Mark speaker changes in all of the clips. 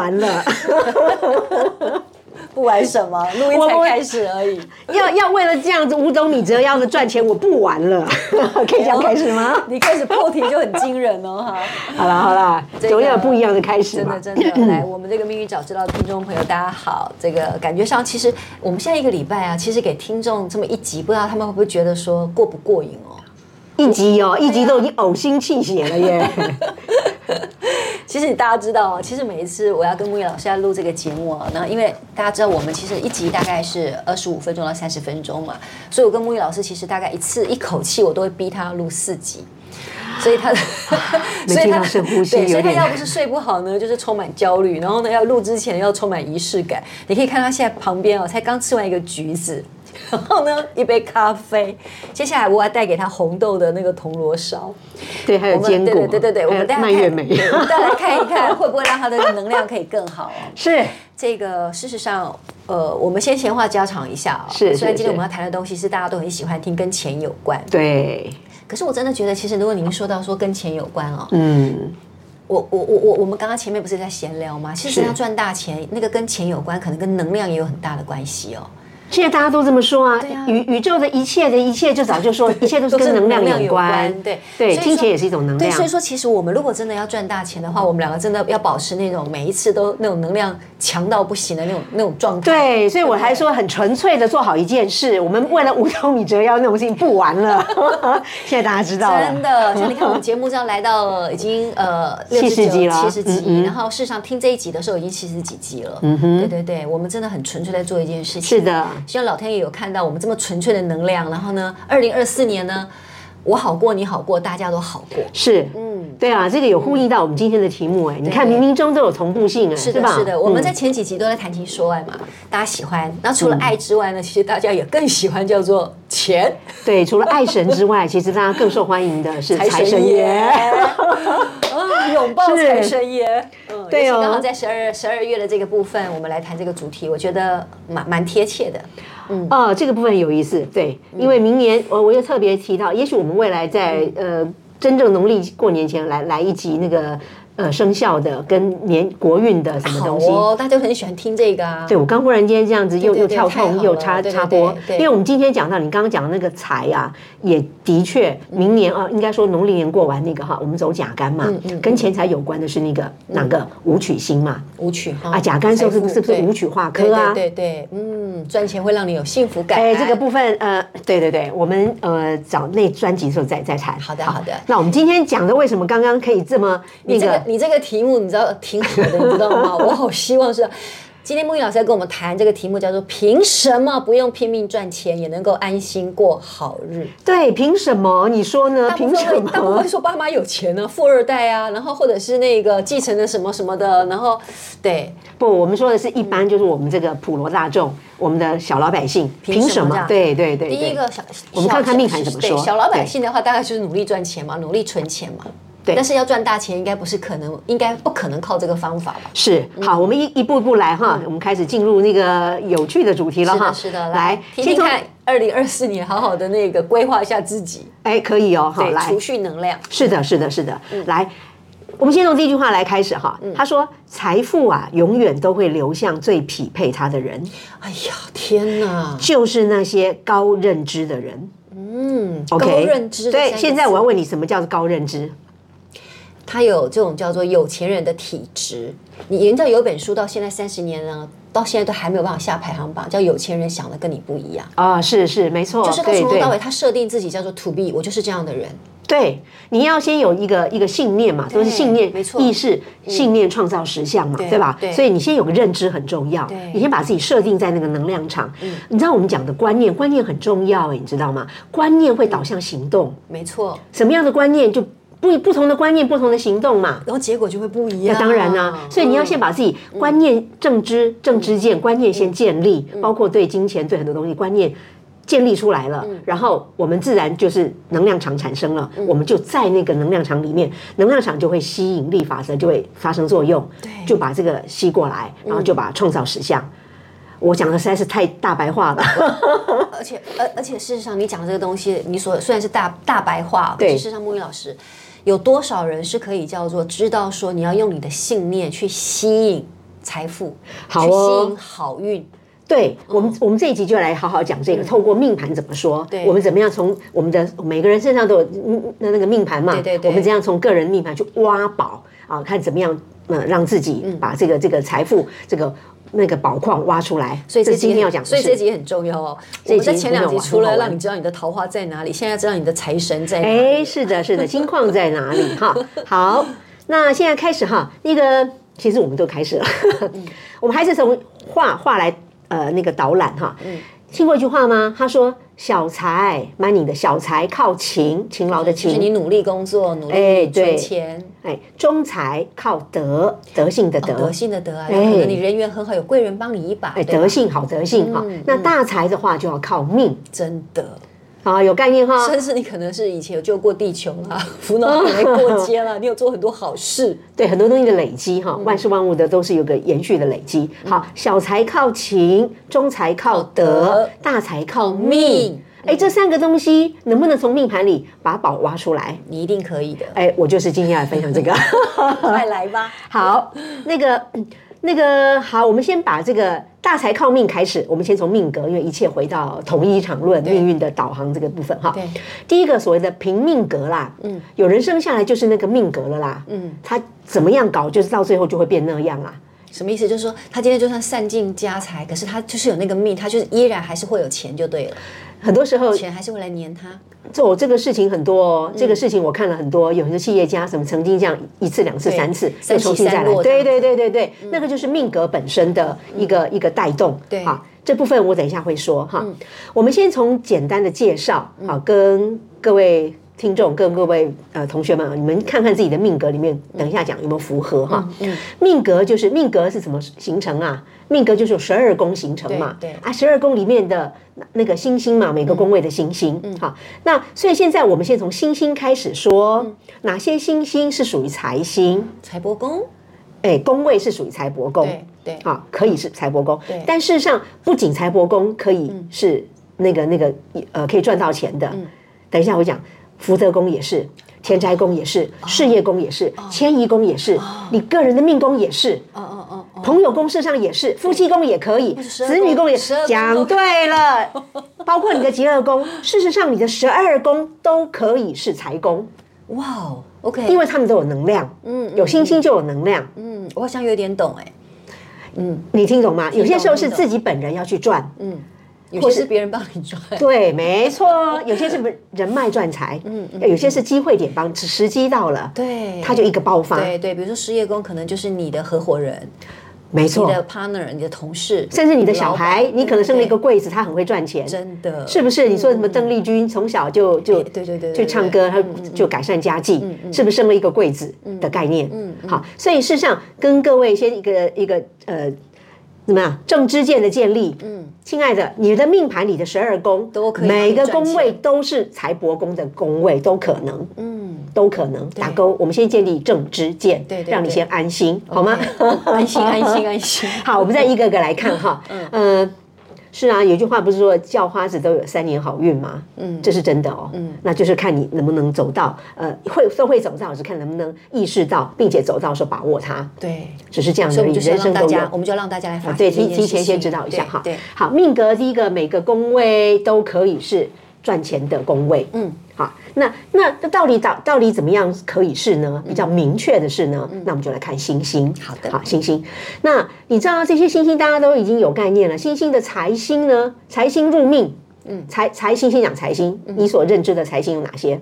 Speaker 1: 完了，
Speaker 2: 不玩什么，录音才开始而 已。
Speaker 1: 要要为了这样子五斗米折腰的赚钱，我不玩了， 可以这样开始吗？
Speaker 2: 你开始破题就很惊人哦，哈！
Speaker 3: 哎
Speaker 1: 好啦好啦，
Speaker 2: 这个
Speaker 1: 总要有不一样的开始
Speaker 2: 真
Speaker 1: 嘛
Speaker 2: 的。真的，来，我们这个命运早知道的听众朋友，大家好。这个感觉上，其实我们现在一个礼拜啊，其实给听众这么一集，不知道他们会不会觉得说过不过瘾哦？
Speaker 1: 一集
Speaker 3: 啊
Speaker 1: 哦，一集都已经呕心沥血了耶。
Speaker 2: 其实大家知道哦，其实每一次我要跟木易老师在录这个节目啊，那因为大家知道我们其实一集大概是二十五分钟到三十分钟嘛，所以我跟木易老师其实大概一次一口气我都会逼他要录四集。所以他，
Speaker 1: 每
Speaker 2: 所以
Speaker 1: 天
Speaker 2: 他
Speaker 1: 要深呼吸
Speaker 2: 对，所以
Speaker 1: 有
Speaker 2: 他
Speaker 1: 点
Speaker 2: 要不是睡不好呢，就是充满焦虑，然后呢，要录之前要充满仪式感。你可以看他现在旁边哦，才刚吃完一个橘子， 然后呢一杯咖啡，接下来我要带给他红豆的那个铜锣烧。
Speaker 1: 对，还有
Speaker 2: 我们
Speaker 1: 坚果，
Speaker 2: 对对对对，我
Speaker 1: 还有
Speaker 2: 们大家
Speaker 1: 啊哎蔓
Speaker 2: 看
Speaker 1: 越莓，
Speaker 2: 对我们大家看一看会不会让他的能量可以更好哦。
Speaker 1: 是
Speaker 2: 这个事实上，呃，我们先闲话家常一下啊、
Speaker 1: 是是
Speaker 2: 虽然今天
Speaker 1: 是
Speaker 2: 我们要谈的东西是大家都很喜欢听，跟钱有关。
Speaker 1: 对，
Speaker 2: 可是我真的觉得，其实如果您说到说跟钱有关哦，
Speaker 1: 嗯，
Speaker 2: 我我我我我们刚刚前面不是在闲聊吗？其实
Speaker 1: 是
Speaker 2: 要赚大钱，那个跟钱有关，可能跟能量也有很大的关系哦。
Speaker 1: 现在大家都这么说啊
Speaker 2: 对啊，
Speaker 1: 宇宇宙的一切的一切，就早就说一切都是跟能量有关，
Speaker 2: 对所
Speaker 1: 对，
Speaker 2: 以说
Speaker 1: 金钱也是一种能
Speaker 2: 对，
Speaker 1: 量
Speaker 2: 所，以说其实我们如果真的要赚大钱的话，我们两个真的要保持那种每一次都那种能量强到不行的那种那种状态。
Speaker 1: 对，所以我还说很纯粹的做好一件事，我们为了五斗米折腰那种事情不玩了， 现在大家知道了，
Speaker 2: 真的，像你看我们节目这样来到了已经呃
Speaker 1: 70集了
Speaker 2: 七十集，
Speaker 1: 嗯嗯
Speaker 2: 然后事实上听这一集的时候已经七十几集了。嗯哼，对对对，我们真的很纯粹在做一件事情。
Speaker 1: 是的，
Speaker 2: 希望老天爷有看到我们这么纯粹的能量。然后呢，二零二四年呢，我好过，你好过，大家都好过。
Speaker 1: 是，
Speaker 2: 嗯
Speaker 1: 嗯，对啊，这个有呼应到我们今天的题目哎、你看
Speaker 2: 对
Speaker 1: 冥冥中都有同步性哎、
Speaker 2: 是的，
Speaker 1: 吧？
Speaker 2: 是的，我们
Speaker 1: 嗯
Speaker 2: 在前几集都在谈情说爱嘛，大家喜欢。那除了爱之外呢，其实大家也更喜欢叫做钱。
Speaker 1: 对，除了爱神之外，其实大家更受欢迎的是财神爷。
Speaker 2: 啊，拥抱
Speaker 1: 是
Speaker 2: 财神爷，嗯，
Speaker 1: 对
Speaker 2: 尤其
Speaker 1: 哦
Speaker 2: 刚好在十二十二月的这个部分，我们来谈这个主题，我觉得蛮蛮贴切的。
Speaker 1: 哦，这个部分有意思，对，因为明
Speaker 2: 嗯
Speaker 1: 年我我又特别提到，也许我们未来在呃真正农历过年前来来一集那个呃生肖的跟年国运的什么
Speaker 2: 好
Speaker 1: 东西。
Speaker 2: 哦，大家都很喜欢听这个啊。
Speaker 1: 对，我刚忽然间这样子又
Speaker 2: 对对
Speaker 1: 又
Speaker 2: 对
Speaker 1: 跳
Speaker 2: 太
Speaker 1: 痛
Speaker 2: 好
Speaker 1: 又
Speaker 2: 了
Speaker 1: 插
Speaker 2: 对对
Speaker 1: 插播
Speaker 2: 对，对
Speaker 1: 因为我们今天讲到你刚刚讲的那个财啊，也的确明年啊，应该说农历年过完那个哈，我们走甲干嘛，
Speaker 2: 嗯
Speaker 1: 跟钱财有关的是那个哪个武曲星嘛，
Speaker 2: 舞曲哈
Speaker 1: 啊甲干是不是
Speaker 2: 财富
Speaker 1: 是不是
Speaker 2: 对
Speaker 1: 武曲化科啊？
Speaker 2: 对对对，对嗯，赚钱会让你有幸福感。
Speaker 1: 哎，这个部分呃，对对对，我们呃找那专辑的时候再再谈。
Speaker 2: 好的好的
Speaker 1: 那我们今天讲的为什么刚刚可以这么那
Speaker 2: 你这
Speaker 1: 个
Speaker 2: 个你这个题目，你知道挺好的，你知道 吗？我好希望是。今天木鱼老师要跟我们谈这个题目，叫做“凭什么不用拼命赚钱也能够安心过好日”。
Speaker 1: 对？凭什么？你说
Speaker 2: 大
Speaker 1: 呢？
Speaker 2: 部
Speaker 1: 啊凭
Speaker 2: 分
Speaker 1: 什
Speaker 2: 会大部分
Speaker 1: 么
Speaker 2: 会？说爸妈有钱呢、富二代啊，然后或者是那个继承的什么什么的，然后对，
Speaker 1: 不，我们说的是一般，就是我们这个普罗大众，我们的小老百姓，
Speaker 2: 凭
Speaker 1: 凭
Speaker 2: 什
Speaker 1: 什
Speaker 2: 么这
Speaker 1: 么
Speaker 2: 样？
Speaker 1: 对对对，
Speaker 2: 第一
Speaker 1: 对
Speaker 2: 个小，
Speaker 1: 我们
Speaker 2: 小
Speaker 1: 看看命盘怎么
Speaker 2: 对
Speaker 1: 说
Speaker 2: 小老百
Speaker 1: 对
Speaker 2: 姓的话，大概就是努力赚钱嘛，努力存钱嘛。
Speaker 1: 对
Speaker 2: 但是要赚大钱，应该不是可能，应该不可能靠这个方法吧？
Speaker 1: 是
Speaker 2: 嗯
Speaker 1: 好，我们一一步一步来哈，我们开始进入那个有趣的主题了
Speaker 2: 是
Speaker 1: 哈。
Speaker 2: 的，嗯是的，
Speaker 1: 来
Speaker 2: 来听听看，二零二四年好好的那个规划一下自己，
Speaker 1: 哎，可以哦，好
Speaker 2: 对，
Speaker 1: 来
Speaker 2: 储，蓄能量。
Speaker 1: 是的，是的，是的，来。我们先从第一句话来开始哈，他说：“财富啊，永远都会流向最匹配他的人，
Speaker 2: 哎呀，天哪！
Speaker 1: 就是那些高认知的人。
Speaker 2: 嗯”高
Speaker 1: OK，
Speaker 2: 认知的三
Speaker 1: 对，
Speaker 2: 个
Speaker 1: 现在
Speaker 2: 字
Speaker 1: 我要问你，什么叫做高认知？
Speaker 2: 他有这种叫做有钱人的体质。你人家有本书到现在三十年了，到现在都还没有办法下排行榜，叫有钱人想的跟你不一样。
Speaker 1: 啊、是是，没错，
Speaker 2: 就是他
Speaker 1: 对
Speaker 2: 从头
Speaker 1: 对
Speaker 2: 到尾，他设定自己叫做 to be，我就是这样的人。
Speaker 1: 对，你要先有一个一个信念嘛，都是信念，
Speaker 2: 没错嗯
Speaker 1: 意识、信念创造实像嘛，
Speaker 2: 对
Speaker 1: 对吧？
Speaker 2: 对
Speaker 1: 所以你先有个认知很重要
Speaker 2: 对，嗯
Speaker 1: 你先把自己设定在那个能量场。你知道我们讲的观念，观念很重要哎，你知道吗？观念会导向行动，
Speaker 2: 没错，
Speaker 1: 什么样的观念就不不同的观念，不同的行动嘛。
Speaker 2: 然后结果就会不一
Speaker 1: 那
Speaker 2: 样。
Speaker 1: 当然啦、所以你要先把自己观念、正知、正知见、观念先建立，包括对金钱、对很多东西观念建立出来了，然后我们自然就是能量场产生了，我们就在那个能量场里面，能量场就会吸引力法则就会发生作用，
Speaker 2: 对
Speaker 1: 就把这个吸过来，然后就把它创造实相。我讲的实在是太大白话了，
Speaker 2: 而且，而而且事实上，你讲的这个东西，你所虽然是大大白话，可
Speaker 1: 对
Speaker 2: 是事实上，木鱼老师有多少人是可以叫做知道说你要用你的信念去吸引财富，
Speaker 1: 好哦
Speaker 2: 去吸引好运，
Speaker 1: 对
Speaker 2: 嗯
Speaker 1: 我们，我们这一集就来好好讲这个，透过命盘怎么说？
Speaker 2: 对
Speaker 1: 我们怎么样从我们的每个人身上都有嗯那那个命盘嘛？
Speaker 2: 对对对
Speaker 1: 我们怎样从个人命盘去挖宝啊？看怎么样呃让自己
Speaker 2: 嗯
Speaker 1: 把这个这个财富这个那个宝矿挖出来。
Speaker 2: 所以这
Speaker 1: 这是
Speaker 2: 集
Speaker 1: 今天要讲的
Speaker 2: 所以这
Speaker 1: 事。
Speaker 2: 集也很重要哦。
Speaker 1: 这
Speaker 2: 我
Speaker 1: 集
Speaker 2: 们在前两
Speaker 1: 很好
Speaker 2: 集
Speaker 1: 玩
Speaker 2: 除
Speaker 1: 很
Speaker 2: 了
Speaker 1: 好玩
Speaker 2: 让你知道你的桃花在哪里，现在知道你的财神在哪里。
Speaker 1: 哎，是的， 是的，金矿在哪里？哈，好，那现在开始哈，那个其实我们都开始了， 我们还是从画画来呃那个导览哈。听过一句话吗？他说：“小财买你的小财靠勤，勤劳的
Speaker 2: 就是你
Speaker 1: 勤；
Speaker 2: 努力工作，努
Speaker 1: 哎
Speaker 2: 力
Speaker 1: 对
Speaker 2: 存钱，
Speaker 1: 哎，中财靠德，德性的德，
Speaker 2: 德性的德啊，
Speaker 1: 哎
Speaker 2: 可能你人缘很好，有贵人帮你一把，
Speaker 1: 哎，
Speaker 2: 对吧
Speaker 1: 德性好德性嗯哈。那大财的话就要靠命，
Speaker 2: 真的。
Speaker 1: 好有概念哈。
Speaker 2: 甚至你可能是以前有救过地球啦， 扶老奶奶过街啦，你有做很多好事，
Speaker 1: 对很多东西的累积哈，万事万物的都是有个延续的累积。好，小财靠勤，中财靠德
Speaker 2: 德，
Speaker 1: 大财靠命
Speaker 2: 命。
Speaker 1: 哎，这三个东西能不能从命盘里把宝挖出来？
Speaker 2: 你一定可以的。
Speaker 1: 哎，我就是今天来分享这个。
Speaker 2: 快来吧！
Speaker 1: 好，那个嗯那个好，我们先把这个大财靠命开始，我们先从命格，因为一切回到同一场论
Speaker 2: 对
Speaker 1: 命运的导航这个部分哈。
Speaker 2: 对，
Speaker 1: 第一个所谓的平命格啦，嗯，有人生下来就是那个命格了啦，嗯，他怎么样搞，就是到最后就会变那样啦。
Speaker 2: 什么意思？就是说他今天就算散尽家财，可是他就是有那个命，他就是依然还是会有钱就对了，
Speaker 1: 很多时候，
Speaker 2: 钱还是会来黏他。
Speaker 1: 这我这个事情很多哦，这个事情我看了很多，有很多企业家什么曾经这样一次、两次、
Speaker 2: 对
Speaker 1: 三次，
Speaker 2: 三
Speaker 1: 又
Speaker 2: 起
Speaker 1: 重新再
Speaker 2: 三
Speaker 1: 来，
Speaker 2: 落
Speaker 1: 对
Speaker 2: 这
Speaker 1: 对
Speaker 2: 样
Speaker 1: 对对对，那个就是命格本身的一个一个带动，
Speaker 2: 对
Speaker 1: 好，这部分我等一下会说哈。我们先从简单的介绍，好，跟各位。听众跟各位呃同学们，你们看看自己的命格里面，等一下讲有没有符合哈。命格就是命格是怎么形成啊？命格就是有十二宫形成嘛。
Speaker 2: 对对
Speaker 1: 啊，十二宫里面的那那个星星嘛，每个宫位的星星。
Speaker 2: 嗯
Speaker 1: 好，那所以现在我们先从星星开始说，
Speaker 2: 嗯
Speaker 1: 哪些星星是属于财星？
Speaker 2: 财帛宫，
Speaker 1: 哎，宫位是属于财帛宫。
Speaker 2: 对对
Speaker 1: 啊，可以是财帛宫
Speaker 2: 对，嗯
Speaker 1: 但事实上不仅财帛宫可以是那个、那个呃可以赚到钱的。等一下我讲，福德宫也是，
Speaker 2: 哦
Speaker 1: 田宅宫也是，事业宫也是，迁移宫也是，你个人的命宫也是。
Speaker 2: 哦哦哦哦，
Speaker 1: 朋友宫事实上也是，夫妻宫也可以，
Speaker 2: 是十二
Speaker 1: 子女
Speaker 2: 宫
Speaker 1: 宫也
Speaker 2: 十二宫
Speaker 1: 讲
Speaker 2: 都
Speaker 1: 对了， 包括你的极二宫，事实上你的十二宫都可以是财宫，
Speaker 2: 哇哦，OK，
Speaker 1: 嗯因为他们都有能量，嗯，有星星就有能量，
Speaker 2: 嗯，我好像有点懂哎，
Speaker 1: 你听懂吗？有些时候是
Speaker 2: 听懂嗯
Speaker 1: 自己本人要去赚，
Speaker 2: 有
Speaker 1: 或
Speaker 2: 些
Speaker 1: 是
Speaker 2: 是别人帮你赚，
Speaker 1: 对，没错，有些是人脉赚财，嗯，有些是机会点帮时机到了，
Speaker 2: 对
Speaker 1: 他就一个爆发，
Speaker 2: 对对，比如说事业宫可能就是你的合伙人、
Speaker 1: 没
Speaker 2: 你
Speaker 1: 错，
Speaker 2: 的 partner、你的同事，
Speaker 1: 哦甚至你的
Speaker 2: 老
Speaker 1: 小
Speaker 2: 板嗯
Speaker 1: 孩，你可能生了一个
Speaker 2: 对
Speaker 1: 柜子，他很会赚钱，
Speaker 2: 真的
Speaker 1: 是不是？你说什么邓丽君从小就就
Speaker 2: 哎对对对对嗯
Speaker 1: 就唱歌，她就改善家计，是不是生了一个柜子的概念？嗯，好，所以事实上跟各位先一个一个呃。怎么样？正知见的建立，嗯，亲爱的，你的命盘里的十二宫
Speaker 2: 都可以
Speaker 1: 每个
Speaker 2: 让你赚
Speaker 1: 宫位都是财帛宫的宫位，都可能，嗯，都可能打勾。我们先建立正知见，
Speaker 2: 对对对
Speaker 1: 让你先安心，好吗？
Speaker 2: 安心安心安心。
Speaker 1: 好，我们再一个个来看 哈。
Speaker 2: 嗯
Speaker 1: 呃，是啊，有句话不是说叫花子都有三年好运吗？嗯，这是真的哦。嗯，那就是看你能不能走到，呃，会都会走到，只看能不能意识到，并且走到说把握它，
Speaker 2: 对，
Speaker 1: 只是这样
Speaker 2: 所以
Speaker 1: 的
Speaker 2: 我们就是要让
Speaker 1: 人生
Speaker 2: 大
Speaker 1: 都
Speaker 2: 家，我哦
Speaker 1: 有。
Speaker 2: 们就要让大家来发
Speaker 1: 啊，
Speaker 2: 现
Speaker 1: 对，
Speaker 2: 这
Speaker 1: 提
Speaker 2: 件事
Speaker 1: 提前先
Speaker 2: 情
Speaker 1: 知道一下哈
Speaker 2: 对，对。
Speaker 1: 好，命格第一个，每个宫位都可以是赚钱的宫位。
Speaker 2: 嗯，
Speaker 1: 好，那那那到底到到底怎么样可以是呢？比较明确的是呢，那我们就来看星星。
Speaker 2: 嗯好的
Speaker 1: 好星星。那你知道这些星星大家都已经有概念了，星星的财星呢？财星入命，嗯，财财
Speaker 2: 嗯
Speaker 1: 星先讲财星，你所认知的财星有哪些？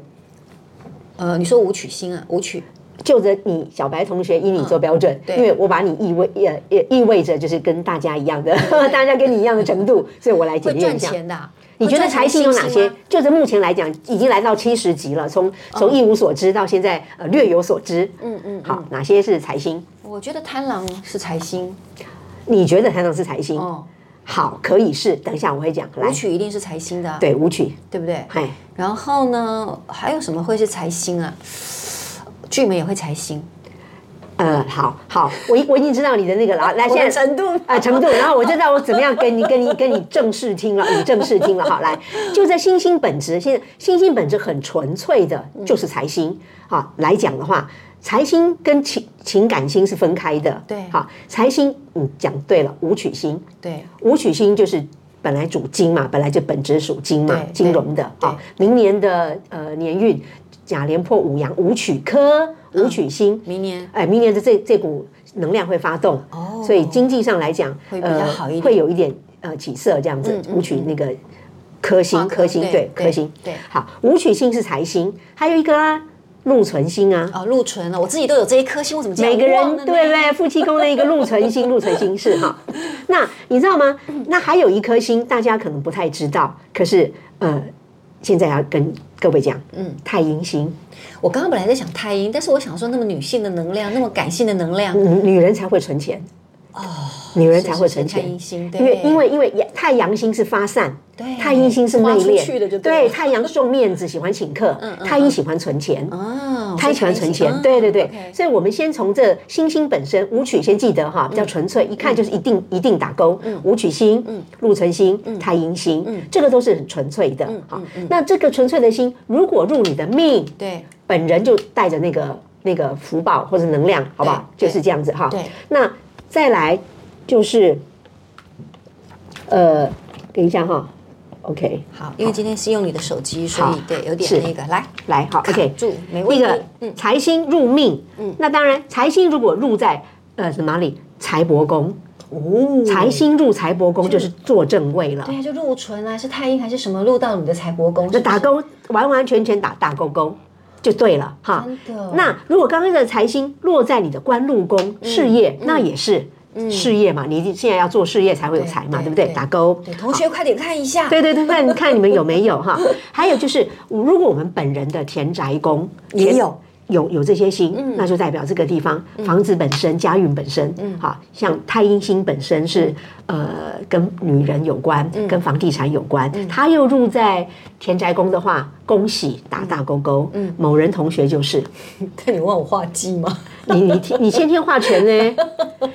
Speaker 2: 呃，你说武曲星啊，武曲
Speaker 1: 就着你小白同学以你做标准，
Speaker 2: 嗯对
Speaker 1: 因为我把你意味也也意味着就是跟大家一样的， 大家跟你一样的程度，所以我来
Speaker 2: 会
Speaker 1: 检验
Speaker 2: 赚
Speaker 1: 一下。
Speaker 2: 钱的啊、
Speaker 1: 你觉得
Speaker 2: 会赚钱
Speaker 1: 财系有哪
Speaker 2: 信心
Speaker 1: 些
Speaker 2: 吗？？哦
Speaker 1: 就是目前来讲，已经来到七十集了，从从一无所知到现在，呃，略有所知。
Speaker 2: 嗯嗯，
Speaker 1: 好，哪些是财星？
Speaker 2: 我觉得贪狼是财星，
Speaker 1: 你觉得台长是财星？
Speaker 2: 哦，
Speaker 1: 好，可以是。等一下我会讲，来
Speaker 2: 舞，曲一定是财星的、啊，
Speaker 1: 对舞曲，
Speaker 2: 对不对？
Speaker 1: 嗨，
Speaker 2: 然后呢，还有什么会是财星啊？巨门也会财星，
Speaker 1: 呃，好好，我已我已经知道你的那个了，来，现在
Speaker 2: 程度
Speaker 1: 啊、程度，然后我知道我怎么样跟你、跟你、跟你正式听了，你正式听了，好来，就在星星本质，现在星星本质很纯粹的，
Speaker 2: 嗯
Speaker 1: 就是财星啊来讲的话，财星跟情情感星是分开的，
Speaker 2: 对
Speaker 1: 好，财星，嗯，讲对了，武曲星，
Speaker 2: 对，
Speaker 1: 武曲星就是本来主金嘛，本来就本质属金嘛
Speaker 2: 对，
Speaker 1: 金融的
Speaker 2: 对
Speaker 1: 啊。明年的呃年运，甲廉破五阳，武曲科，
Speaker 2: 嗯
Speaker 1: 武曲星，
Speaker 2: 明年
Speaker 1: 哎，明年的这这股能量会发动，
Speaker 2: 哦
Speaker 1: 所以经济上来讲，
Speaker 2: 会比较好一点嗯
Speaker 1: 会有一点呃起色这样子。武曲那个科星，
Speaker 2: 花科
Speaker 1: 科星
Speaker 2: 对
Speaker 1: 对，
Speaker 2: 对
Speaker 1: 科星
Speaker 2: 对
Speaker 1: 好，武曲星是财星，还有一个啊，禄存星啊，
Speaker 2: 哦，禄存了，我自己都有这一颗星，我怎么这样
Speaker 1: 每个
Speaker 2: 忘
Speaker 1: 人
Speaker 2: 了呢
Speaker 1: 对不对？夫妻宫的一个禄存星，禄存星是哈。那你知道吗？那还有一颗星，大家可能不太知道，可是呃，现在要跟各位讲，嗯，太阴星，
Speaker 2: 我刚刚本来在想太阴，但是我想说，那么女性的能量，那么感性的能量，
Speaker 1: 嗯女人才会存钱哦，女人才会
Speaker 2: 是
Speaker 1: 存
Speaker 2: 太
Speaker 1: 钱
Speaker 2: 阴。星，
Speaker 1: 因为
Speaker 2: 对，
Speaker 1: 因为因为太阳星是发散，
Speaker 2: 对
Speaker 1: 太阴星是内
Speaker 2: 花出
Speaker 1: 敛，
Speaker 2: 去的就对
Speaker 1: 对
Speaker 2: 了 嗯
Speaker 1: 太阳重面子，喜欢请客，太阴喜欢存钱，
Speaker 2: 啊，
Speaker 1: 他喜欢存钱，
Speaker 2: 啊
Speaker 1: 对对对
Speaker 2: OK，
Speaker 1: 所以我们先从这星星本身，舞曲先记得哈，
Speaker 2: 嗯
Speaker 1: 比较纯粹，一看就是一定一定打勾，舞曲星、禄存星、
Speaker 2: 嗯
Speaker 1: 太阴星，这个都是很纯粹的哈。那这个纯粹的星，如果入你的命，
Speaker 2: 对，
Speaker 1: 本人就带着那个那个福报或者能量，好不好？
Speaker 2: 对
Speaker 1: 就是这样子哈。
Speaker 2: 对，
Speaker 1: 那再来就是，呃，等一下哈，OK，
Speaker 2: 好，因为今天是用你的手机，所
Speaker 1: 好
Speaker 2: 以对有点
Speaker 1: 是
Speaker 2: 那个，来
Speaker 1: 来好，OK，
Speaker 2: 住没问
Speaker 1: 那
Speaker 2: 题，
Speaker 1: 个财星入命，
Speaker 2: 嗯
Speaker 1: 那当然财星如果入在呃什么里财帛宫，
Speaker 2: 哦
Speaker 1: 财星入财帛宫就是坐正位了，
Speaker 2: 对啊，就禄存啊，是太阴还是什么禄到你的财帛宫？
Speaker 1: 那
Speaker 2: 是不
Speaker 1: 打
Speaker 2: 是
Speaker 1: 勾完完全全打打勾勾就对了哈
Speaker 2: 真的。
Speaker 1: 那如果刚刚的财星落在你的官禄宫事
Speaker 2: 嗯
Speaker 1: 业，那也是事业嘛，你一定现在要做事业才会有
Speaker 2: 对
Speaker 1: 财嘛，
Speaker 2: 对
Speaker 1: 对不对？
Speaker 2: 对
Speaker 1: 打勾
Speaker 2: 对，。同学快点看一下，
Speaker 1: 对对对，看看你们有没有哈。还有就是，如果我们本人的田宅宫
Speaker 2: 也
Speaker 1: 田
Speaker 2: 有嗯
Speaker 1: 有有这些星，那就代表这个地方房子本身、家运本身，
Speaker 2: 嗯
Speaker 1: 好像太阴星本身是呃跟女人有关，
Speaker 2: 嗯
Speaker 1: 跟房地产有关，它又入在田宅宫的话，恭喜打大勾勾。
Speaker 2: 嗯
Speaker 1: 某人同学就是
Speaker 2: 看 你问我画技吗？
Speaker 1: 你你你先天化权 呢，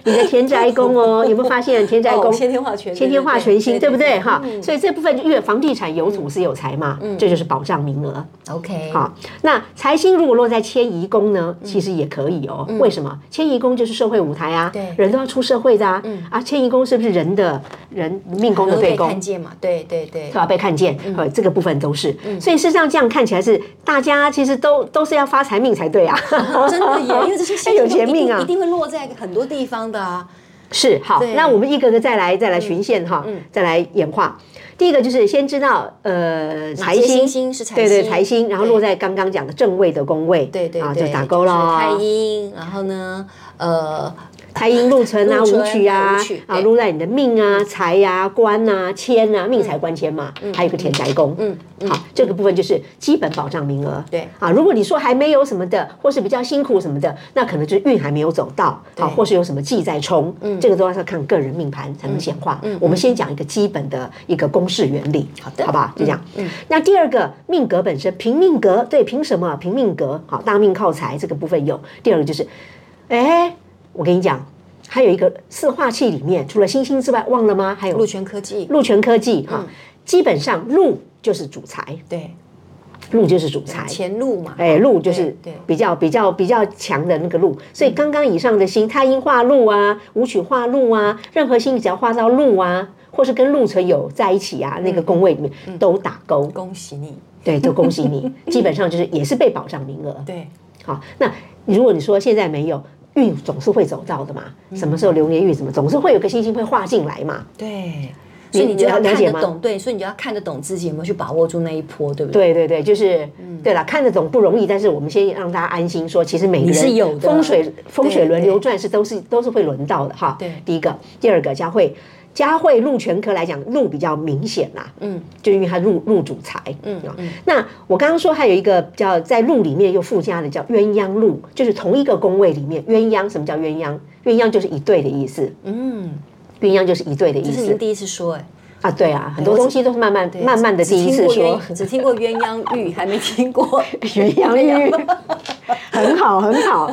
Speaker 1: 你的田宅宫哦，有没有发现田宅
Speaker 2: 哦
Speaker 1: 宫
Speaker 2: 先天化权，
Speaker 1: 先天化
Speaker 2: 对嗯
Speaker 1: 全新，对不对哈？所以这部分就因为房地产有土是有财嘛，这就是保障名额。
Speaker 2: ？OK，
Speaker 1: 好，那财星如果落在迁移宫呢，
Speaker 2: 嗯
Speaker 1: 其实也可以哦。为什么？迁移宫就是社会舞台啊，
Speaker 2: 对
Speaker 1: 人都要出社会的啊。啊，迁移宫是不是人的人命宫
Speaker 2: 都
Speaker 1: 的对
Speaker 2: 被
Speaker 1: 宫
Speaker 2: 看？见嗯嘛？对对对
Speaker 1: 都，要被看见，呃，这个部分都是，
Speaker 2: 嗯
Speaker 1: 所以事实上这样看起来是大家其实都都是要发财命才对啊，
Speaker 2: 哦真的耶， 因为这些星
Speaker 1: 有
Speaker 2: 星
Speaker 1: 钱
Speaker 2: 一
Speaker 1: 命
Speaker 2: 定
Speaker 1: 啊
Speaker 2: 一定会落在很多地方的啊。
Speaker 1: 是好
Speaker 2: 对，嗯
Speaker 1: 那我们一个个再来再来循线哈，再来演化。第一个就是先知道呃
Speaker 2: 哪
Speaker 1: 财
Speaker 2: 些
Speaker 1: 星
Speaker 2: 星星是财
Speaker 1: 对对
Speaker 2: 星
Speaker 1: 财星，然后
Speaker 2: 对
Speaker 1: 落在刚刚讲的正位的宫位，
Speaker 2: 对对
Speaker 1: 啊
Speaker 2: 对，
Speaker 1: 就打勾咯。
Speaker 2: 就是太阴，然后呢，呃，
Speaker 1: 财阴禄存啊，
Speaker 2: 禄存
Speaker 1: 武曲啊
Speaker 2: 武曲，
Speaker 1: 啊，
Speaker 2: 对嗯
Speaker 1: 禄在你的命啊、财呀、官啊、迁啊，命财官迁嘛，还有一个田宅宫，嗯，好，这个部分就是基本保障名额，
Speaker 2: 对
Speaker 1: 啊，如果你说还没有什么的，或是比较辛苦什么的，那可能就是运还没有走到，
Speaker 2: 对嗯
Speaker 1: 好，或是有什么忌在冲，这个都要看个人命盘才能显化。我们先讲一个基本的一个公式原理，好
Speaker 2: 的嗯
Speaker 1: 好不好？就这样，那第二个命格本身，平命格，对，凭什么？平命格，好，大命靠财这个部分有。第二个就是，哎，我跟你讲，还有一个四化器里面，除了星星之外，忘了吗？还有
Speaker 2: 禄全科技，
Speaker 1: 禄全科技
Speaker 2: 嗯
Speaker 1: 哈，基本上禄就是主财，
Speaker 2: 对，
Speaker 1: 禄就是主财。
Speaker 2: 前路嘛，
Speaker 1: 哎，禄就是
Speaker 2: 嗯对对
Speaker 1: 比较比较比较强的那个禄，所以刚刚以上的星，太阴化禄啊，武曲化禄啊，任何星只要化到禄啊，或是跟禄存有在一起啊，
Speaker 2: 嗯
Speaker 1: 那个宫位里面都打勾，
Speaker 2: 恭喜你，
Speaker 1: 对，都恭喜你， 基本上就是也是被保障名额。
Speaker 2: 对，
Speaker 1: 好，那如果你说现在没有运，总是会走到的嘛，什么时候流年运什么，总是会有个星星会化进来嘛。
Speaker 2: 对，所以你就要
Speaker 1: 了了
Speaker 2: 看
Speaker 1: 解
Speaker 2: 得
Speaker 1: 吗
Speaker 2: 懂，对，所以你就要看得懂自己有没有去把握住那一波，对不对？
Speaker 1: 对对对，就是，
Speaker 2: 嗯
Speaker 1: 对了，看得懂不容易，但是我们先让大家安心说，其实每个
Speaker 2: 你
Speaker 1: 人
Speaker 2: 是有的
Speaker 1: 风水风水
Speaker 2: 对
Speaker 1: 轮
Speaker 2: 对
Speaker 1: 流转是都是都是会轮到的哈。
Speaker 2: 对
Speaker 1: 第一个，第二个，佳慧，佳慧禄全科来讲，禄比较明显啦，
Speaker 2: 嗯，
Speaker 1: 就因为它入入主财，
Speaker 2: 嗯
Speaker 1: 啊那我刚刚说还有一个叫在禄里面又附加的叫鸳鸯禄，就是同一个宫位里面鸳鸯，什么叫鸳鸯？鸳鸯就是一对的意思，
Speaker 2: 嗯，
Speaker 1: 鸳�鸯就是一对的意
Speaker 2: 这是
Speaker 1: 思
Speaker 2: 您第一次说，哎，
Speaker 1: 啊，对啊，很多东西都是慢慢慢慢的
Speaker 2: 只
Speaker 1: 第一次
Speaker 2: 听过
Speaker 1: 说
Speaker 2: 鸳，只听过鸳鸯浴，还没听 过
Speaker 1: 鸳鸯浴，很好很好。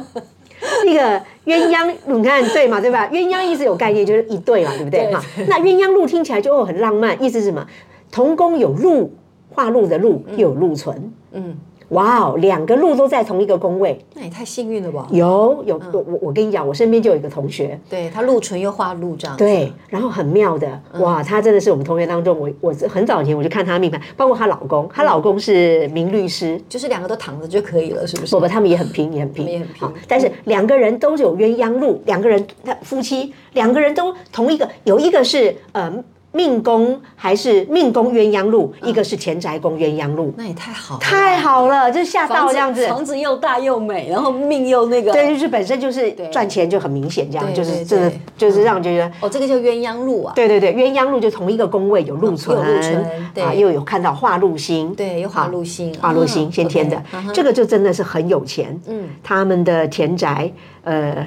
Speaker 1: 那个鸳鸯，你看对嘛，对吧？鸳鸯意思有概念，就是一对嘛，对不对？
Speaker 2: 对
Speaker 1: 哈，那鸳鸯路听起来就哦很浪漫，意思是什么？同宫有路，化路的路，又有路存。
Speaker 2: 嗯，
Speaker 1: 哇哦，两个路都在同一个宫位，
Speaker 2: 那也太幸运了吧？
Speaker 1: 有有我我我跟你讲，我身边就有一个同学，
Speaker 2: 对他露唇又画露这样，，
Speaker 1: 对，然后很妙的，哇，她真的是我们同学当中，我我很早以前我就看她命盘，包括她老公，她老公是名律师，
Speaker 2: 就是两个都躺着就可以了，是不是
Speaker 1: 不？不，他们也很拼，也很拼，
Speaker 2: 他们也很拼
Speaker 1: 好但是两个人都有鸳鸯路，两个人他夫妻两个人都同一个，有一个是呃命宫还是命宫鸳鸯路，
Speaker 2: 嗯
Speaker 1: 一个是钱宅宫鸳鸯路，
Speaker 2: 那也太好了，
Speaker 1: 太好了，就吓
Speaker 2: 房
Speaker 1: 到
Speaker 2: 子
Speaker 1: 这样子。
Speaker 2: 房子又大又美，然后命又那个，
Speaker 1: 对，就是本身就是
Speaker 2: 对
Speaker 1: 赚钱就很明显，这样
Speaker 2: 对
Speaker 1: 就是
Speaker 2: 对
Speaker 1: 真的
Speaker 2: 对
Speaker 1: 就是让人觉得。
Speaker 2: 哦，这个叫鸳鸯路啊，
Speaker 1: 对对对，鸳鸯路就同一个宫位有禄存，
Speaker 2: 有禄存对
Speaker 1: 啊，又有看到化禄星，
Speaker 2: 对，又画路星，
Speaker 1: 花露星先天的
Speaker 2: OK，嗯，哼
Speaker 1: 这个就真的是很有钱。
Speaker 2: 嗯
Speaker 1: 嗯，他们的田宅，呃，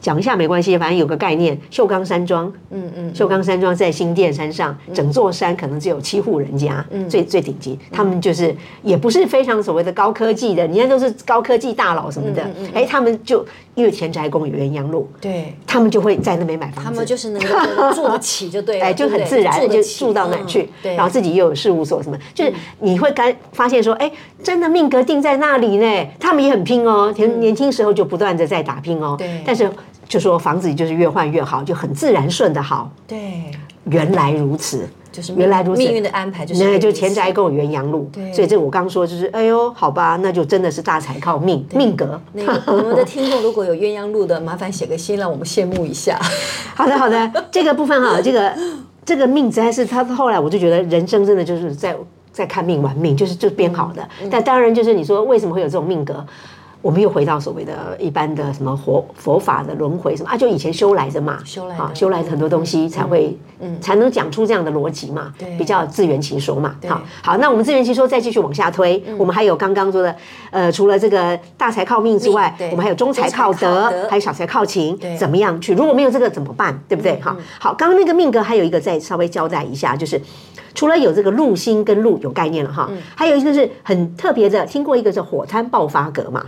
Speaker 1: 讲一下没关系，反正有个概念。秀冈山庄，
Speaker 2: 嗯嗯，
Speaker 1: 秀冈山庄在新店山上，整座山可能只有七户人家，
Speaker 2: 嗯
Speaker 1: 最最顶级。他们就是也不是非常所谓的高科技的，人家都是高科技大佬什么的。
Speaker 2: 嗯
Speaker 1: 哎，他们就因为田宅公有鸳鸯路，
Speaker 2: 对。
Speaker 1: 他们就会在那边买房
Speaker 2: 他
Speaker 1: 子。
Speaker 2: 们就是能够住得起就对了，啊
Speaker 1: 哎，
Speaker 2: 对
Speaker 1: 就
Speaker 2: 不
Speaker 1: 很
Speaker 2: 对
Speaker 1: 自然
Speaker 2: 住得
Speaker 1: 就
Speaker 2: 起
Speaker 1: 住到哪儿去
Speaker 2: 嗯，对，嗯
Speaker 1: 然后自己又有事务所什么，就是你会刚发现说，哎，真的命格定在那里呢，他们也很拼哦，年年轻时候就不断的在打拼哦，
Speaker 2: 嗯对
Speaker 1: 但是就说房子就是越换越好，就很自然顺的好，
Speaker 2: 对，
Speaker 1: 原来如此。
Speaker 2: 就是
Speaker 1: 原来如此，
Speaker 2: 命运的安排就是
Speaker 1: 那
Speaker 2: 命
Speaker 1: 就
Speaker 2: 运
Speaker 1: 钱
Speaker 2: 是
Speaker 1: 宅跟我鸳鸯路
Speaker 2: 对，
Speaker 1: 所以这我刚说就是，哎呦，好吧，那就真的是大财靠命命格。
Speaker 2: 那个我们的听众如果有鸳鸯路的，麻烦写个信让我们羡慕一下。
Speaker 1: 好的，好的，这个部分哈，这个这个命实在是他后来我就觉得人生真的就是在在看命玩命，就是就编好的。
Speaker 2: 嗯
Speaker 1: 但当然就是你说为什么会有这种命格？我们又回到所谓的一般的什么佛佛法的轮回什么啊，就以前修来的嘛，
Speaker 2: 修来的嗯
Speaker 1: 啊，修来的很多东西才会，才能讲出这样的逻辑嘛，
Speaker 2: 对
Speaker 1: 比较自圆其说嘛。好，好，那我们自圆其说再继续往下推，
Speaker 2: 嗯
Speaker 1: 我们还有刚刚说的，呃，除了这个大财靠命之外
Speaker 2: 命，对
Speaker 1: 我们还有中财
Speaker 2: 中财
Speaker 1: 靠
Speaker 2: 靠
Speaker 1: 德
Speaker 2: 德，
Speaker 1: 还有小财靠情
Speaker 2: 对，嗯
Speaker 1: 怎么样去？如果没有这个怎么办？对不对？哈、好，刚刚那个命格还有一个再稍微交代一下，就是除了有这个禄星跟禄有概念了哈，
Speaker 2: 嗯
Speaker 1: 还有一个是很特别的，听过一个是火贪爆发格嘛，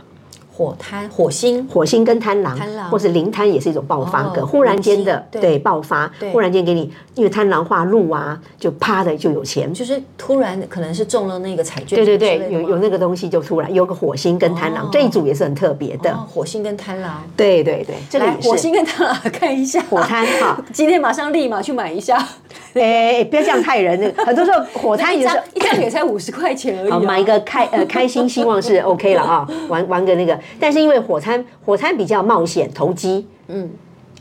Speaker 2: 火滩、火星，
Speaker 1: 火星跟贪狼，
Speaker 2: 贪狼
Speaker 1: 或是灵贪也是一种爆发格，
Speaker 2: 哦
Speaker 1: 忽然间的
Speaker 2: 灵性对
Speaker 1: 爆发
Speaker 2: 对，
Speaker 1: 忽然间给你，因为贪狼化禄啊，就啪的就有钱。
Speaker 2: 就是突然可能是中了那个彩券，
Speaker 1: 对对对，有有那个东西就突然有个火星跟贪狼、
Speaker 2: 哦
Speaker 1: 这一组也是很特别的，
Speaker 2: 哦火星跟贪狼。
Speaker 1: 对对对，这个
Speaker 2: 来，
Speaker 1: 也是
Speaker 2: 火星跟贪狼看一下，
Speaker 1: 火贪哈，
Speaker 2: 今天马上立马去买一下，
Speaker 1: 哎，不要这样害人。那个很多时候 火
Speaker 2: 那
Speaker 1: 炭
Speaker 2: 一
Speaker 1: 也是
Speaker 2: 张一张也才五十块钱而已、啊，
Speaker 1: 好买一个开呃开心希望是 OK 了啊，玩玩个那个，但是因为火炭火炭比较冒险投机，嗯，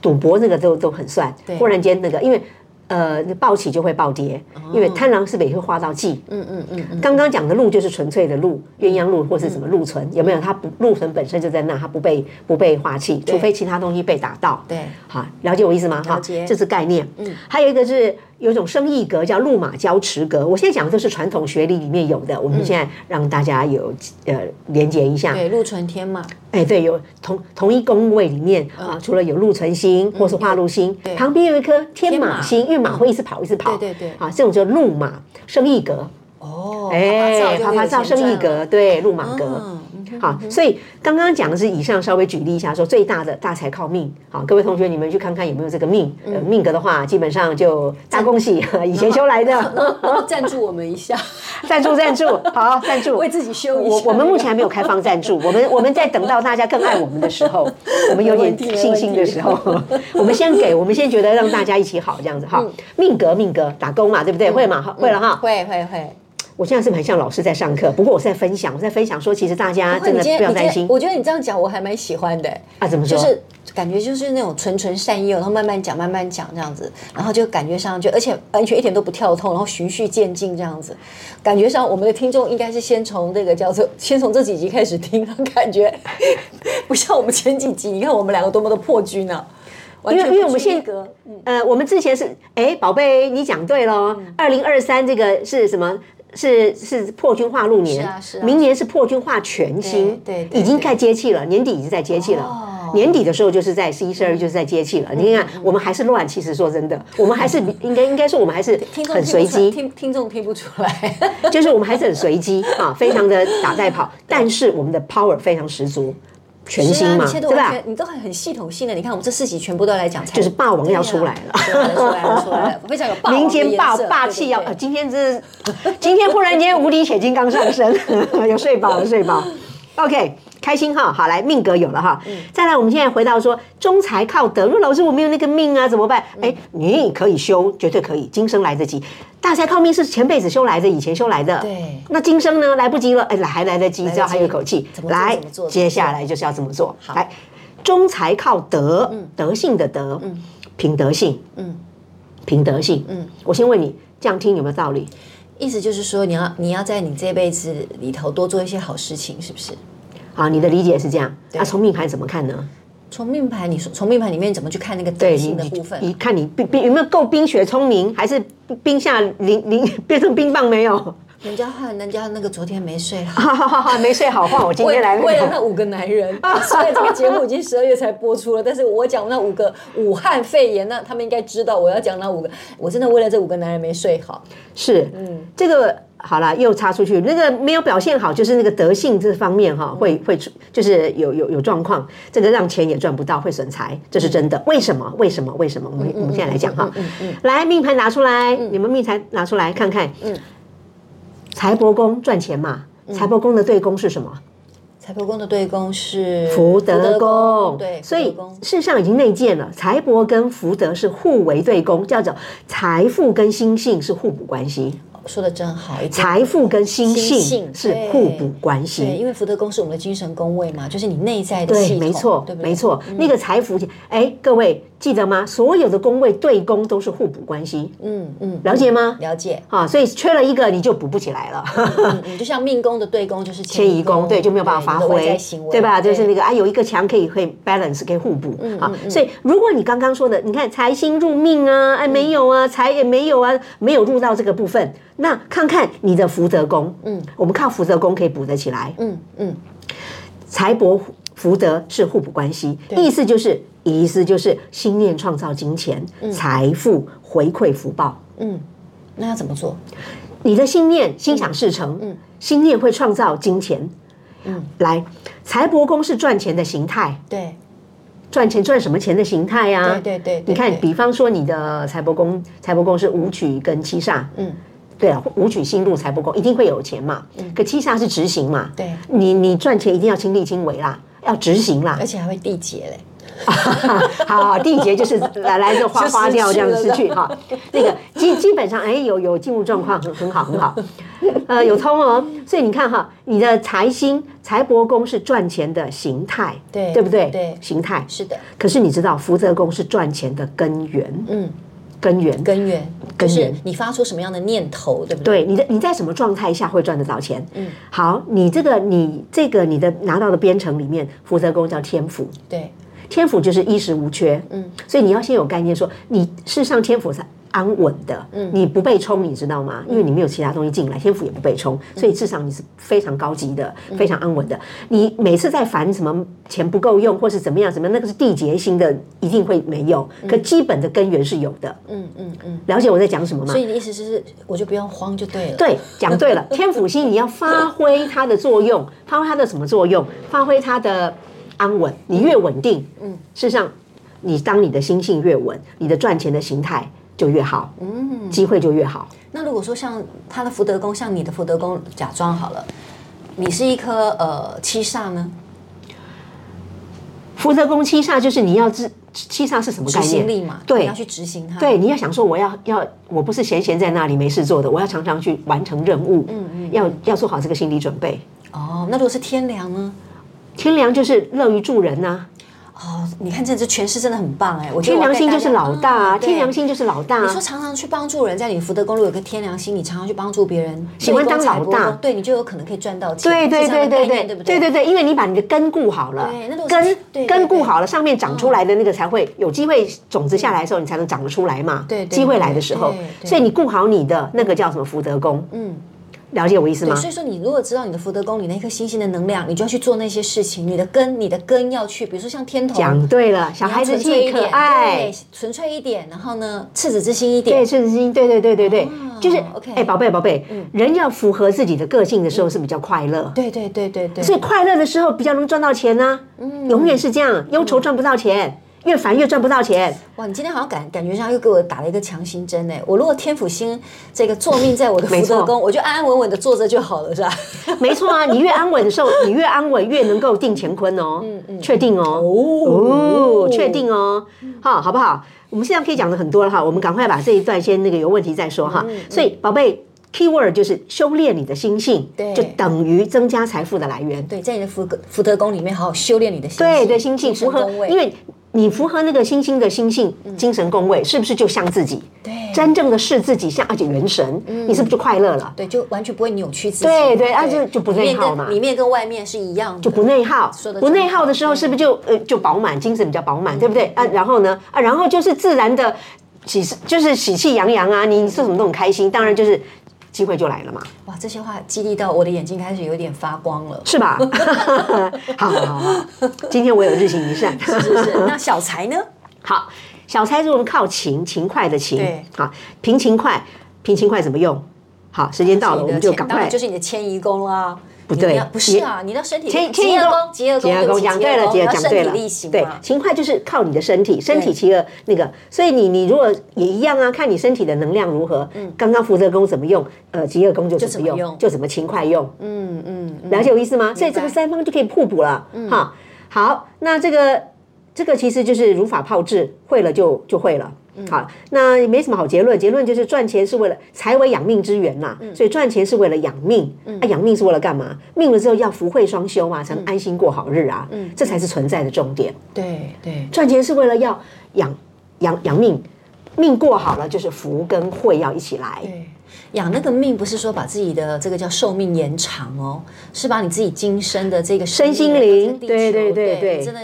Speaker 1: 赌博那个都都很算
Speaker 2: 对，
Speaker 1: 忽然间那个因为。呃，暴起就会暴跌，
Speaker 2: 哦
Speaker 1: 因为贪狼是不是也会花到忌？嗯嗯嗯。刚刚讲的路就是纯粹的路，
Speaker 2: 嗯
Speaker 1: 鸳鸯路或是什么路存，有没有？它不路存本身就在那，它不被不被化气，除非其他东西被打到。
Speaker 2: 对
Speaker 1: 好，了解我意思吗？
Speaker 2: 了
Speaker 1: 哈
Speaker 2: 解，
Speaker 1: 这是概念。嗯，还有一个是有一种生意格叫路马交驰格，我现在讲的都是传统学理里面有的，我们现在让大家有呃连接一下。
Speaker 2: 嗯对，陆存天嘛，
Speaker 1: 哎，对，有同同一宫位里面
Speaker 2: 嗯
Speaker 1: 啊，除了有禄存星或是化禄星，旁边有一颗天
Speaker 2: 天马
Speaker 1: 马星，因为马会一直跑，一直跑。
Speaker 2: 对对对
Speaker 1: 啊，这种叫路马生意格。
Speaker 2: 哦，
Speaker 1: 哎，
Speaker 2: 啪
Speaker 1: 啪
Speaker 2: 啪
Speaker 1: 啪
Speaker 2: 照
Speaker 1: 照
Speaker 2: 就会有钱
Speaker 1: 生意
Speaker 2: 赚了，
Speaker 1: 格，对，路马格
Speaker 2: 嗯。
Speaker 1: 好，所以刚刚讲的是以上稍微举例一下，说最大的大财靠命。好，各位同学，你们去看看有没有这个命。
Speaker 2: 嗯
Speaker 1: 呃，命格的话，基本上就 大恭喜，以前修来的，
Speaker 2: 然后哦赞助我们一下，
Speaker 1: 赞助赞助，好赞助，
Speaker 2: 为自己修一下
Speaker 1: 我我们目前还没有开放 赞助，我们我们在等到大家更爱我们的时候，我们有点信心的时候，我们先给，我们先觉得
Speaker 2: 嗯
Speaker 1: 让大家一起好这样子哈。命格命格打工嘛，对不对？会嘛？会了哈。
Speaker 2: 会会会，
Speaker 1: 我现在是很像老师在上课，不过我是在分享，我在分享说，其实大家
Speaker 2: 不过
Speaker 1: 真
Speaker 2: 你
Speaker 1: 的
Speaker 2: 今天
Speaker 1: 不要
Speaker 2: 你今
Speaker 1: 担
Speaker 2: 天
Speaker 1: 心
Speaker 2: 我觉得你这样讲我还蛮喜欢的、
Speaker 1: 啊，怎么说？
Speaker 2: 就是感觉就是那种纯纯善意，然后慢慢讲慢慢讲这样子，然后就感觉上就而且完全一点都不跳痛，然后循序渐进这样子，感觉上我们的听众应该是先从这个叫做 先从这几集开始听，感觉 不像我们前几集，你看我们两个多么的破军呢、啊，
Speaker 1: 因为因为我们现
Speaker 2: 在格
Speaker 1: 呃，我们之前是哎，宝贝，你讲对喽，
Speaker 2: 嗯
Speaker 1: 二零二三这个是什么？是是破军化禄年，
Speaker 2: 是啊是啊
Speaker 1: 明年是破军化全新，
Speaker 2: 对对对
Speaker 1: 已经在接气了，年底已经在接气了。
Speaker 2: 哦嗯
Speaker 1: 年底的时候就是在十一、十二就是在接气了。你看，我们还是乱。其实说真的，我们还是比应该应该说我们还是
Speaker 2: 嗯听众
Speaker 1: 很
Speaker 2: 听不
Speaker 1: 随
Speaker 2: 出来
Speaker 1: 机，
Speaker 2: 听听众听不出来，
Speaker 1: 就是我们还是很随机啊，非常的打带跑，但是我们的 power 非常十足，全新
Speaker 2: 是啊
Speaker 1: 嘛，
Speaker 2: 你现在都
Speaker 1: 对
Speaker 2: 完
Speaker 1: 吧？
Speaker 2: 全你都很很系统性的，你看我们这四集全部都来讲财务，
Speaker 1: 就是霸王要出来了
Speaker 2: 对啊对啊出来了，出来了，非常有霸王的
Speaker 1: 民间霸
Speaker 2: 颜色
Speaker 1: 霸
Speaker 2: 对对
Speaker 1: 气要，
Speaker 2: 对
Speaker 1: 呃今天这是今天忽然间无敌铁金刚上身， 有睡饱有睡饱。OK，开心哈，好来命格有了哈，
Speaker 2: 嗯
Speaker 1: 再来我们现在回到说中财靠德，那老师我没有那个命啊，怎么办？
Speaker 2: 嗯
Speaker 1: 哎，你可以修，绝对可以，今生来得及。大财靠命是前辈子修来的，以前修来的，
Speaker 2: 对
Speaker 1: 那今生呢来不及了，哎，来还来得及，
Speaker 2: 来得及
Speaker 1: 只要还有一口气
Speaker 2: 怎，么做
Speaker 1: 来
Speaker 2: 怎么做怎么做
Speaker 1: 接下来就是要这么做，来中财靠德，
Speaker 2: 嗯
Speaker 1: 德性的德，凭德性，凭德性。嗯，我先问你，这样听有没有道理？
Speaker 2: 意思就是说，你要你要在你这辈子里头多做一些好事情，是不是？
Speaker 1: 好，你的理解是这样。那从命盘怎么看呢？
Speaker 2: 从命盘，你说从命盘里面怎么去看那个德
Speaker 1: 对你
Speaker 2: 性的
Speaker 1: 你
Speaker 2: 部
Speaker 1: 你
Speaker 2: 分？
Speaker 1: 看你冰冰有没有够冰雪聪明，还是冰下零零变成冰棒没有？
Speaker 2: 人家换，人家那个昨天没睡好，
Speaker 1: 哈哈哈哈，没睡好话，我今天来那
Speaker 2: 为为了那
Speaker 1: 个。
Speaker 2: 五个男 人，虽然这个节目已经十二月才播出了，但是我讲那五个武汉肺炎，那他们应该知道我要讲那五个，我真的为了这五个男人没睡好。
Speaker 1: 是，嗯，这个好啦，又插出去，那个没有表现好，就是那个德性这方面哈，会会出，就是有有有状况，这个让钱也赚不到，会损财，这是真的。为什么？为什么？为什么？我们我们现在来讲哈，来命盘拿出来，你们命盘拿出来看看，嗯，财帛宫赚钱嘛，财帛宫的对宫是什么？
Speaker 2: 财帛宫的对宫是
Speaker 1: 福德宫，
Speaker 2: 对，
Speaker 1: 所
Speaker 2: 福
Speaker 1: 以
Speaker 2: 德宫
Speaker 1: 事实上已经内建了，财帛跟福德是互为对宫，叫做财富跟心性是互补关系，
Speaker 2: 说的真好，一定
Speaker 1: 财富跟心
Speaker 2: 心性
Speaker 1: 性是
Speaker 2: 对
Speaker 1: 互补关
Speaker 2: 对，
Speaker 1: 系。
Speaker 2: 因为福德宫是我们的精神宫位嘛，就是你内在的系统，
Speaker 1: 对，没错，
Speaker 2: 对不嗯对？
Speaker 1: 没错，那个财富，哎，各位记得吗？所有的宫位对宫都是互补关系，
Speaker 2: 嗯嗯，
Speaker 1: 了解吗？
Speaker 2: 了解。
Speaker 1: 啊，所以缺了一个你就补不起来了。
Speaker 2: 嗯嗯，就像命宫的对宫就是
Speaker 1: 迁移宫，对，就没有办法发
Speaker 2: 对你的外嗯在
Speaker 1: 挥
Speaker 2: 行为，
Speaker 1: 对吧？就是那
Speaker 2: 个
Speaker 1: 个啊，有一个墙可以可以 balance 可以互补啊。所以如果你刚刚说的，你看财星入命啊，
Speaker 2: 嗯
Speaker 1: 哎没有啊，财也没有啊，没有入到这个部分，那看看你的福德宫，嗯，我们靠福德宫可以补得起来，
Speaker 2: 嗯嗯，
Speaker 1: 财帛福德是互补关系，意思就是意思就是心念创造金钱，
Speaker 2: 嗯
Speaker 1: 财富回馈福报。
Speaker 2: 那要怎么做？
Speaker 1: 你的心念心想事成，
Speaker 2: 嗯
Speaker 1: 心念会创造金钱。来，财帛宫是赚钱的形态，
Speaker 2: 对
Speaker 1: 赚钱赚什么钱的形态呀、
Speaker 2: 对对对对
Speaker 1: 你看
Speaker 2: 对，
Speaker 1: 比方说你的财帛宫，财帛宫是武曲跟七煞，嗯，对啊，武曲星入财帛宫一定会有钱嘛，
Speaker 2: 嗯
Speaker 1: 可七煞是执行嘛，
Speaker 2: 对
Speaker 1: 你你赚钱一定要亲力亲为啦，要执行啦
Speaker 2: 而，且还会缔结嘞，
Speaker 1: 好，缔 结就是来来就花
Speaker 2: 就失
Speaker 1: 花掉这样
Speaker 2: 去了
Speaker 1: 失去哈。那个基基本上哎有有进入状况，很很好 很好，呃有通哦。所以你看哈，你的财星财帛宫是赚钱的形态，
Speaker 2: 对
Speaker 1: 对不对？
Speaker 2: 对
Speaker 1: 形态。
Speaker 2: 是的，
Speaker 1: 可是你知道福德宫是赚钱的根源，
Speaker 2: 嗯，
Speaker 1: 根源。
Speaker 2: 根源就
Speaker 1: 根
Speaker 2: 是
Speaker 1: 源
Speaker 2: 你发出什么样的念头，对不对？
Speaker 1: 对你的你在什么状态下会赚得到钱？嗯，好，你这个你这个你的拿到的编程里面，福德宫叫天府，
Speaker 2: 对
Speaker 1: 天府就是衣食无缺，嗯，所以你要先有概念说，你事实上天府是安稳的，嗯，你不被冲，你知道吗？因为你没有其他东西进来，天府也不被冲，所以至少你是非常高级的，非常安稳的。你每次在烦什么钱不够用，或是怎么样怎么样，那个是缔结性的，一定会没有。可基本的根源是有的，嗯嗯嗯，了解我在讲什么吗
Speaker 2: 所？以你的意思就是，我就不用慌就对了。
Speaker 1: 对，讲对了，天府星你要发挥它的作用，发挥它的什么作用？发挥它的安稳，你越稳定，嗯，事实上，你当你的心性越稳，你的赚钱的形态就越好，嗯，机会就越好。
Speaker 2: 那如果说像他的福德宫，像你的福德宫，假装好了，你是一颗呃七煞呢？
Speaker 1: 福德宫七煞就是你要知七杀是什么概
Speaker 2: 执行
Speaker 1: 念？
Speaker 2: 力嘛，
Speaker 1: 对
Speaker 2: 你要去执行它。
Speaker 1: 对，你要想说，我要要，我不是闲闲在那里没事做的，我要常常去完成任务，嗯嗯，要要做好这个心理准备。
Speaker 2: 哦，那如果是天良呢？
Speaker 1: 天良就是乐于助人呐、啊
Speaker 2: 哦，你看这这诠释真的很棒哎，我觉得
Speaker 1: 天
Speaker 2: 我要
Speaker 1: 良
Speaker 2: 带
Speaker 1: 心就
Speaker 2: 大
Speaker 1: 是
Speaker 2: 家
Speaker 1: 老大、啊，
Speaker 2: 嗯对
Speaker 1: 天良心就是老大、啊
Speaker 2: 你说常常去帮助人，在你福德公路有个天良心，你常常去帮助别人，
Speaker 1: 喜欢
Speaker 2: 为公
Speaker 1: 当
Speaker 2: 财
Speaker 1: 老
Speaker 2: 帛公
Speaker 1: 大
Speaker 2: 对你就有可能可以赚到钱。
Speaker 1: 哎对对
Speaker 2: 是这样
Speaker 1: 对
Speaker 2: 的概
Speaker 1: 对对
Speaker 2: 念对不
Speaker 1: 对
Speaker 2: 对
Speaker 1: 对对，因为你把你的根固好了
Speaker 2: 对那如，果是对对
Speaker 1: 根根固
Speaker 2: 对
Speaker 1: 好了，上面长出来的那个才会有机会，种子下来的时候你才能长得出来嘛。
Speaker 2: 对对
Speaker 1: 机会来的时候
Speaker 2: 对，对
Speaker 1: 所以你顾好你的那个叫什么福德宫，
Speaker 2: 嗯，
Speaker 1: 了解我意思
Speaker 2: 对，
Speaker 1: 吗
Speaker 2: 所？以说你如果知道你的福德宫里那颗星星的能量，你就要去做那些事情。你的根，你的根要去，比如说像天童，
Speaker 1: 讲对了，小
Speaker 2: 你要
Speaker 1: 孩子
Speaker 2: 纯粹
Speaker 1: 气
Speaker 2: 一
Speaker 1: 可
Speaker 2: 点，
Speaker 1: 爱
Speaker 2: 对，，纯粹一点，然后呢，赤子之心一点
Speaker 1: 对，，顺心，对对对对对，就是
Speaker 2: 哦，OK 嗯
Speaker 1: 哎，宝贝宝贝，人要符合自己的个性的时候是比较快乐，
Speaker 2: 对对对对对，
Speaker 1: 所以快乐的时候比较能赚到钱呐，
Speaker 2: 嗯
Speaker 1: 永远是这样，忧愁赚不到钱，越烦越赚不到钱，
Speaker 2: 哇，你今天好像感感觉上又给我打了一个强心针呢。我如果天府星这个坐命在我的
Speaker 1: 没
Speaker 2: 福
Speaker 1: 错
Speaker 2: 德宫，我就安安稳稳的坐着就好了，是吧？
Speaker 1: 没错啊，你越安稳的时候，你越安稳，越能够定乾坤哦，
Speaker 2: 嗯
Speaker 1: 确定哦， 哦，确定哦，好，好不好？我们现在可以讲的很多了哈，我们赶快把这一段先那个有问题再说
Speaker 2: 嗯
Speaker 1: 哈。所以，宝贝，keyword 就是修炼你的心性，
Speaker 2: 对
Speaker 1: 就等于增加财富的来源。
Speaker 2: 对，在你的福格福德宫里面好好修炼你的心性，
Speaker 1: 对对，心性
Speaker 2: 精神
Speaker 1: 符合
Speaker 2: 宫，位嗯
Speaker 1: 因为你符合那个星星的星性精神宫位，是不是就像自己？
Speaker 2: 对嗯
Speaker 1: 真正的是自己，像而且元神，你是不是就快乐了？
Speaker 2: 对就完全不会扭曲自己，
Speaker 1: 对对啊就就不内
Speaker 2: 里面
Speaker 1: 耗
Speaker 2: 跟
Speaker 1: 嘛
Speaker 2: 里面跟外面是一样的，
Speaker 1: 就不内耗
Speaker 2: 说，得
Speaker 1: 不
Speaker 2: 真
Speaker 1: 内
Speaker 2: 好嗯
Speaker 1: 耗的时候是不是就呃就饱满，精神比较饱满，对不对啊？然后呢啊，然后就是自然的喜就是喜气洋洋啊，你你做什么都很开心，当然就是机会就来了嘛，
Speaker 2: 哇，这些话激励到我的眼睛开始有点发光 了。
Speaker 1: 是吧？好好好好，今天我有日行一善，
Speaker 2: 是是，那小财呢？
Speaker 1: 好，小财主我们靠勤，勤快的勤
Speaker 2: 对，
Speaker 1: 好，平勤快，平勤快怎么用？好，时间到了，我们就赶
Speaker 2: 当
Speaker 1: 快
Speaker 2: 然就是你的迁移宫啦。不
Speaker 1: 对
Speaker 2: 不是啊，你的身体
Speaker 1: 前前
Speaker 2: 极
Speaker 1: 一
Speaker 2: 恶
Speaker 1: 宫
Speaker 2: 宫，极恶宫，
Speaker 1: 二
Speaker 2: 对不
Speaker 1: 宫
Speaker 2: 起
Speaker 1: 讲对了，
Speaker 2: 极
Speaker 1: 结
Speaker 2: 恶宫要
Speaker 1: 讲对
Speaker 2: 身体
Speaker 1: 了
Speaker 2: 力，行
Speaker 1: 对
Speaker 2: 嘛，。
Speaker 1: 勤快就是靠你的身体，身体
Speaker 2: 对
Speaker 1: 其二那个，所以你你如果也一样啊，看你身体的能量如何。刚刚福德宫怎么用，呃，极恶宫嗯
Speaker 2: 就
Speaker 1: 就怎么
Speaker 2: 怎么
Speaker 1: 用，
Speaker 2: 用
Speaker 1: 就怎么勤快用。嗯嗯，了解我意思吗？所以这个三方就可以互补了。哈，好，那这个这个其实就是如法炮制，会了就就会了。好，那也没什么好结论，结论就是赚钱是为了财为养命之源呐、所以赚钱是为了养命，啊，养命是为了干嘛？命了之后要福慧双修嘛，才能安心过好日啊，这才是存在的重点。
Speaker 2: 对对，
Speaker 1: 赚钱是为了要养养养命，命过好了就是福跟慧要一起来。
Speaker 2: 养那个命不是说把自己的这个叫寿命延长哦，是把你自己今生的这个生命
Speaker 1: 身心灵
Speaker 2: 这个地球
Speaker 1: 对对对
Speaker 2: 对
Speaker 1: 对
Speaker 2: 你真的。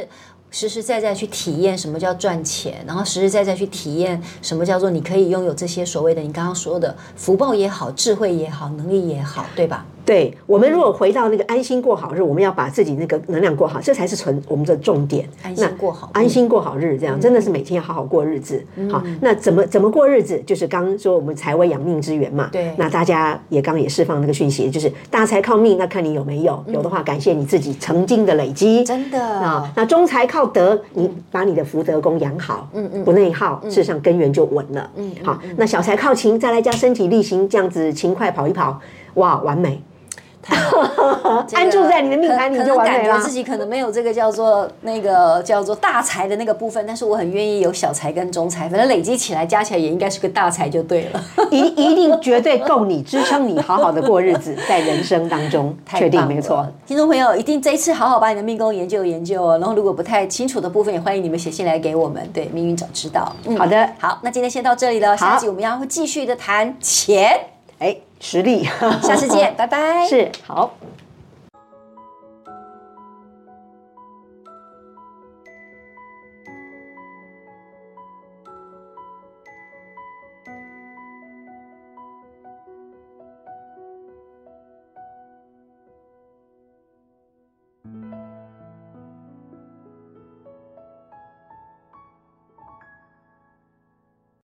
Speaker 2: 实实在在去体验什么叫赚钱，然后实实在在去体验什么叫做你可以拥有这些所谓的你刚刚说的福报也好、智慧也好、能力也好，对吧？
Speaker 1: 对我们如果回到那个安心过好日，我们要把自己那个能量过好，这才是存我们的重点。
Speaker 2: 安心过好
Speaker 1: 那安心过好日，这样真的是每天要好好过日子。好，那怎么怎么过日子？就是刚刚说我们财为养命之源嘛。
Speaker 2: 对
Speaker 1: 那大家也刚刚也释放那个讯息，就是大财靠命，那看你有没有，有的话感谢你自己曾经的累积。
Speaker 2: 真的
Speaker 1: 啊、那中财靠德，你把你的福德宫养好，嗯嗯，不内耗，事实上根源就稳了，嗯，好，那小财靠勤，再来加身体力行，这样子勤快跑一跑，哇，完美，
Speaker 2: 这个
Speaker 1: 安住在你的命盘里
Speaker 2: 可
Speaker 1: 就完美
Speaker 2: 可能感
Speaker 1: 啦
Speaker 2: 觉自己可能没有这个叫做那个叫做大财的那个部分，但是我很愿意有小财跟中财，反正累积起来加起来也应该是个大财就对了。
Speaker 1: 一一定绝对够你支撑你好好的过日子，在人生当中，确定没错。。
Speaker 2: 听众朋友，一定这一次好好把你的命宫研究研究哦。然后，如果不太清楚的部分，也欢迎你们写信来给我们。对，命运早知道。嗯，
Speaker 1: 好的
Speaker 2: 好，那今天先到这里了。
Speaker 1: 好
Speaker 2: 下集我们要会继续的谈钱，
Speaker 1: 哎，实力，
Speaker 2: 下次见，拜拜。
Speaker 1: 是好。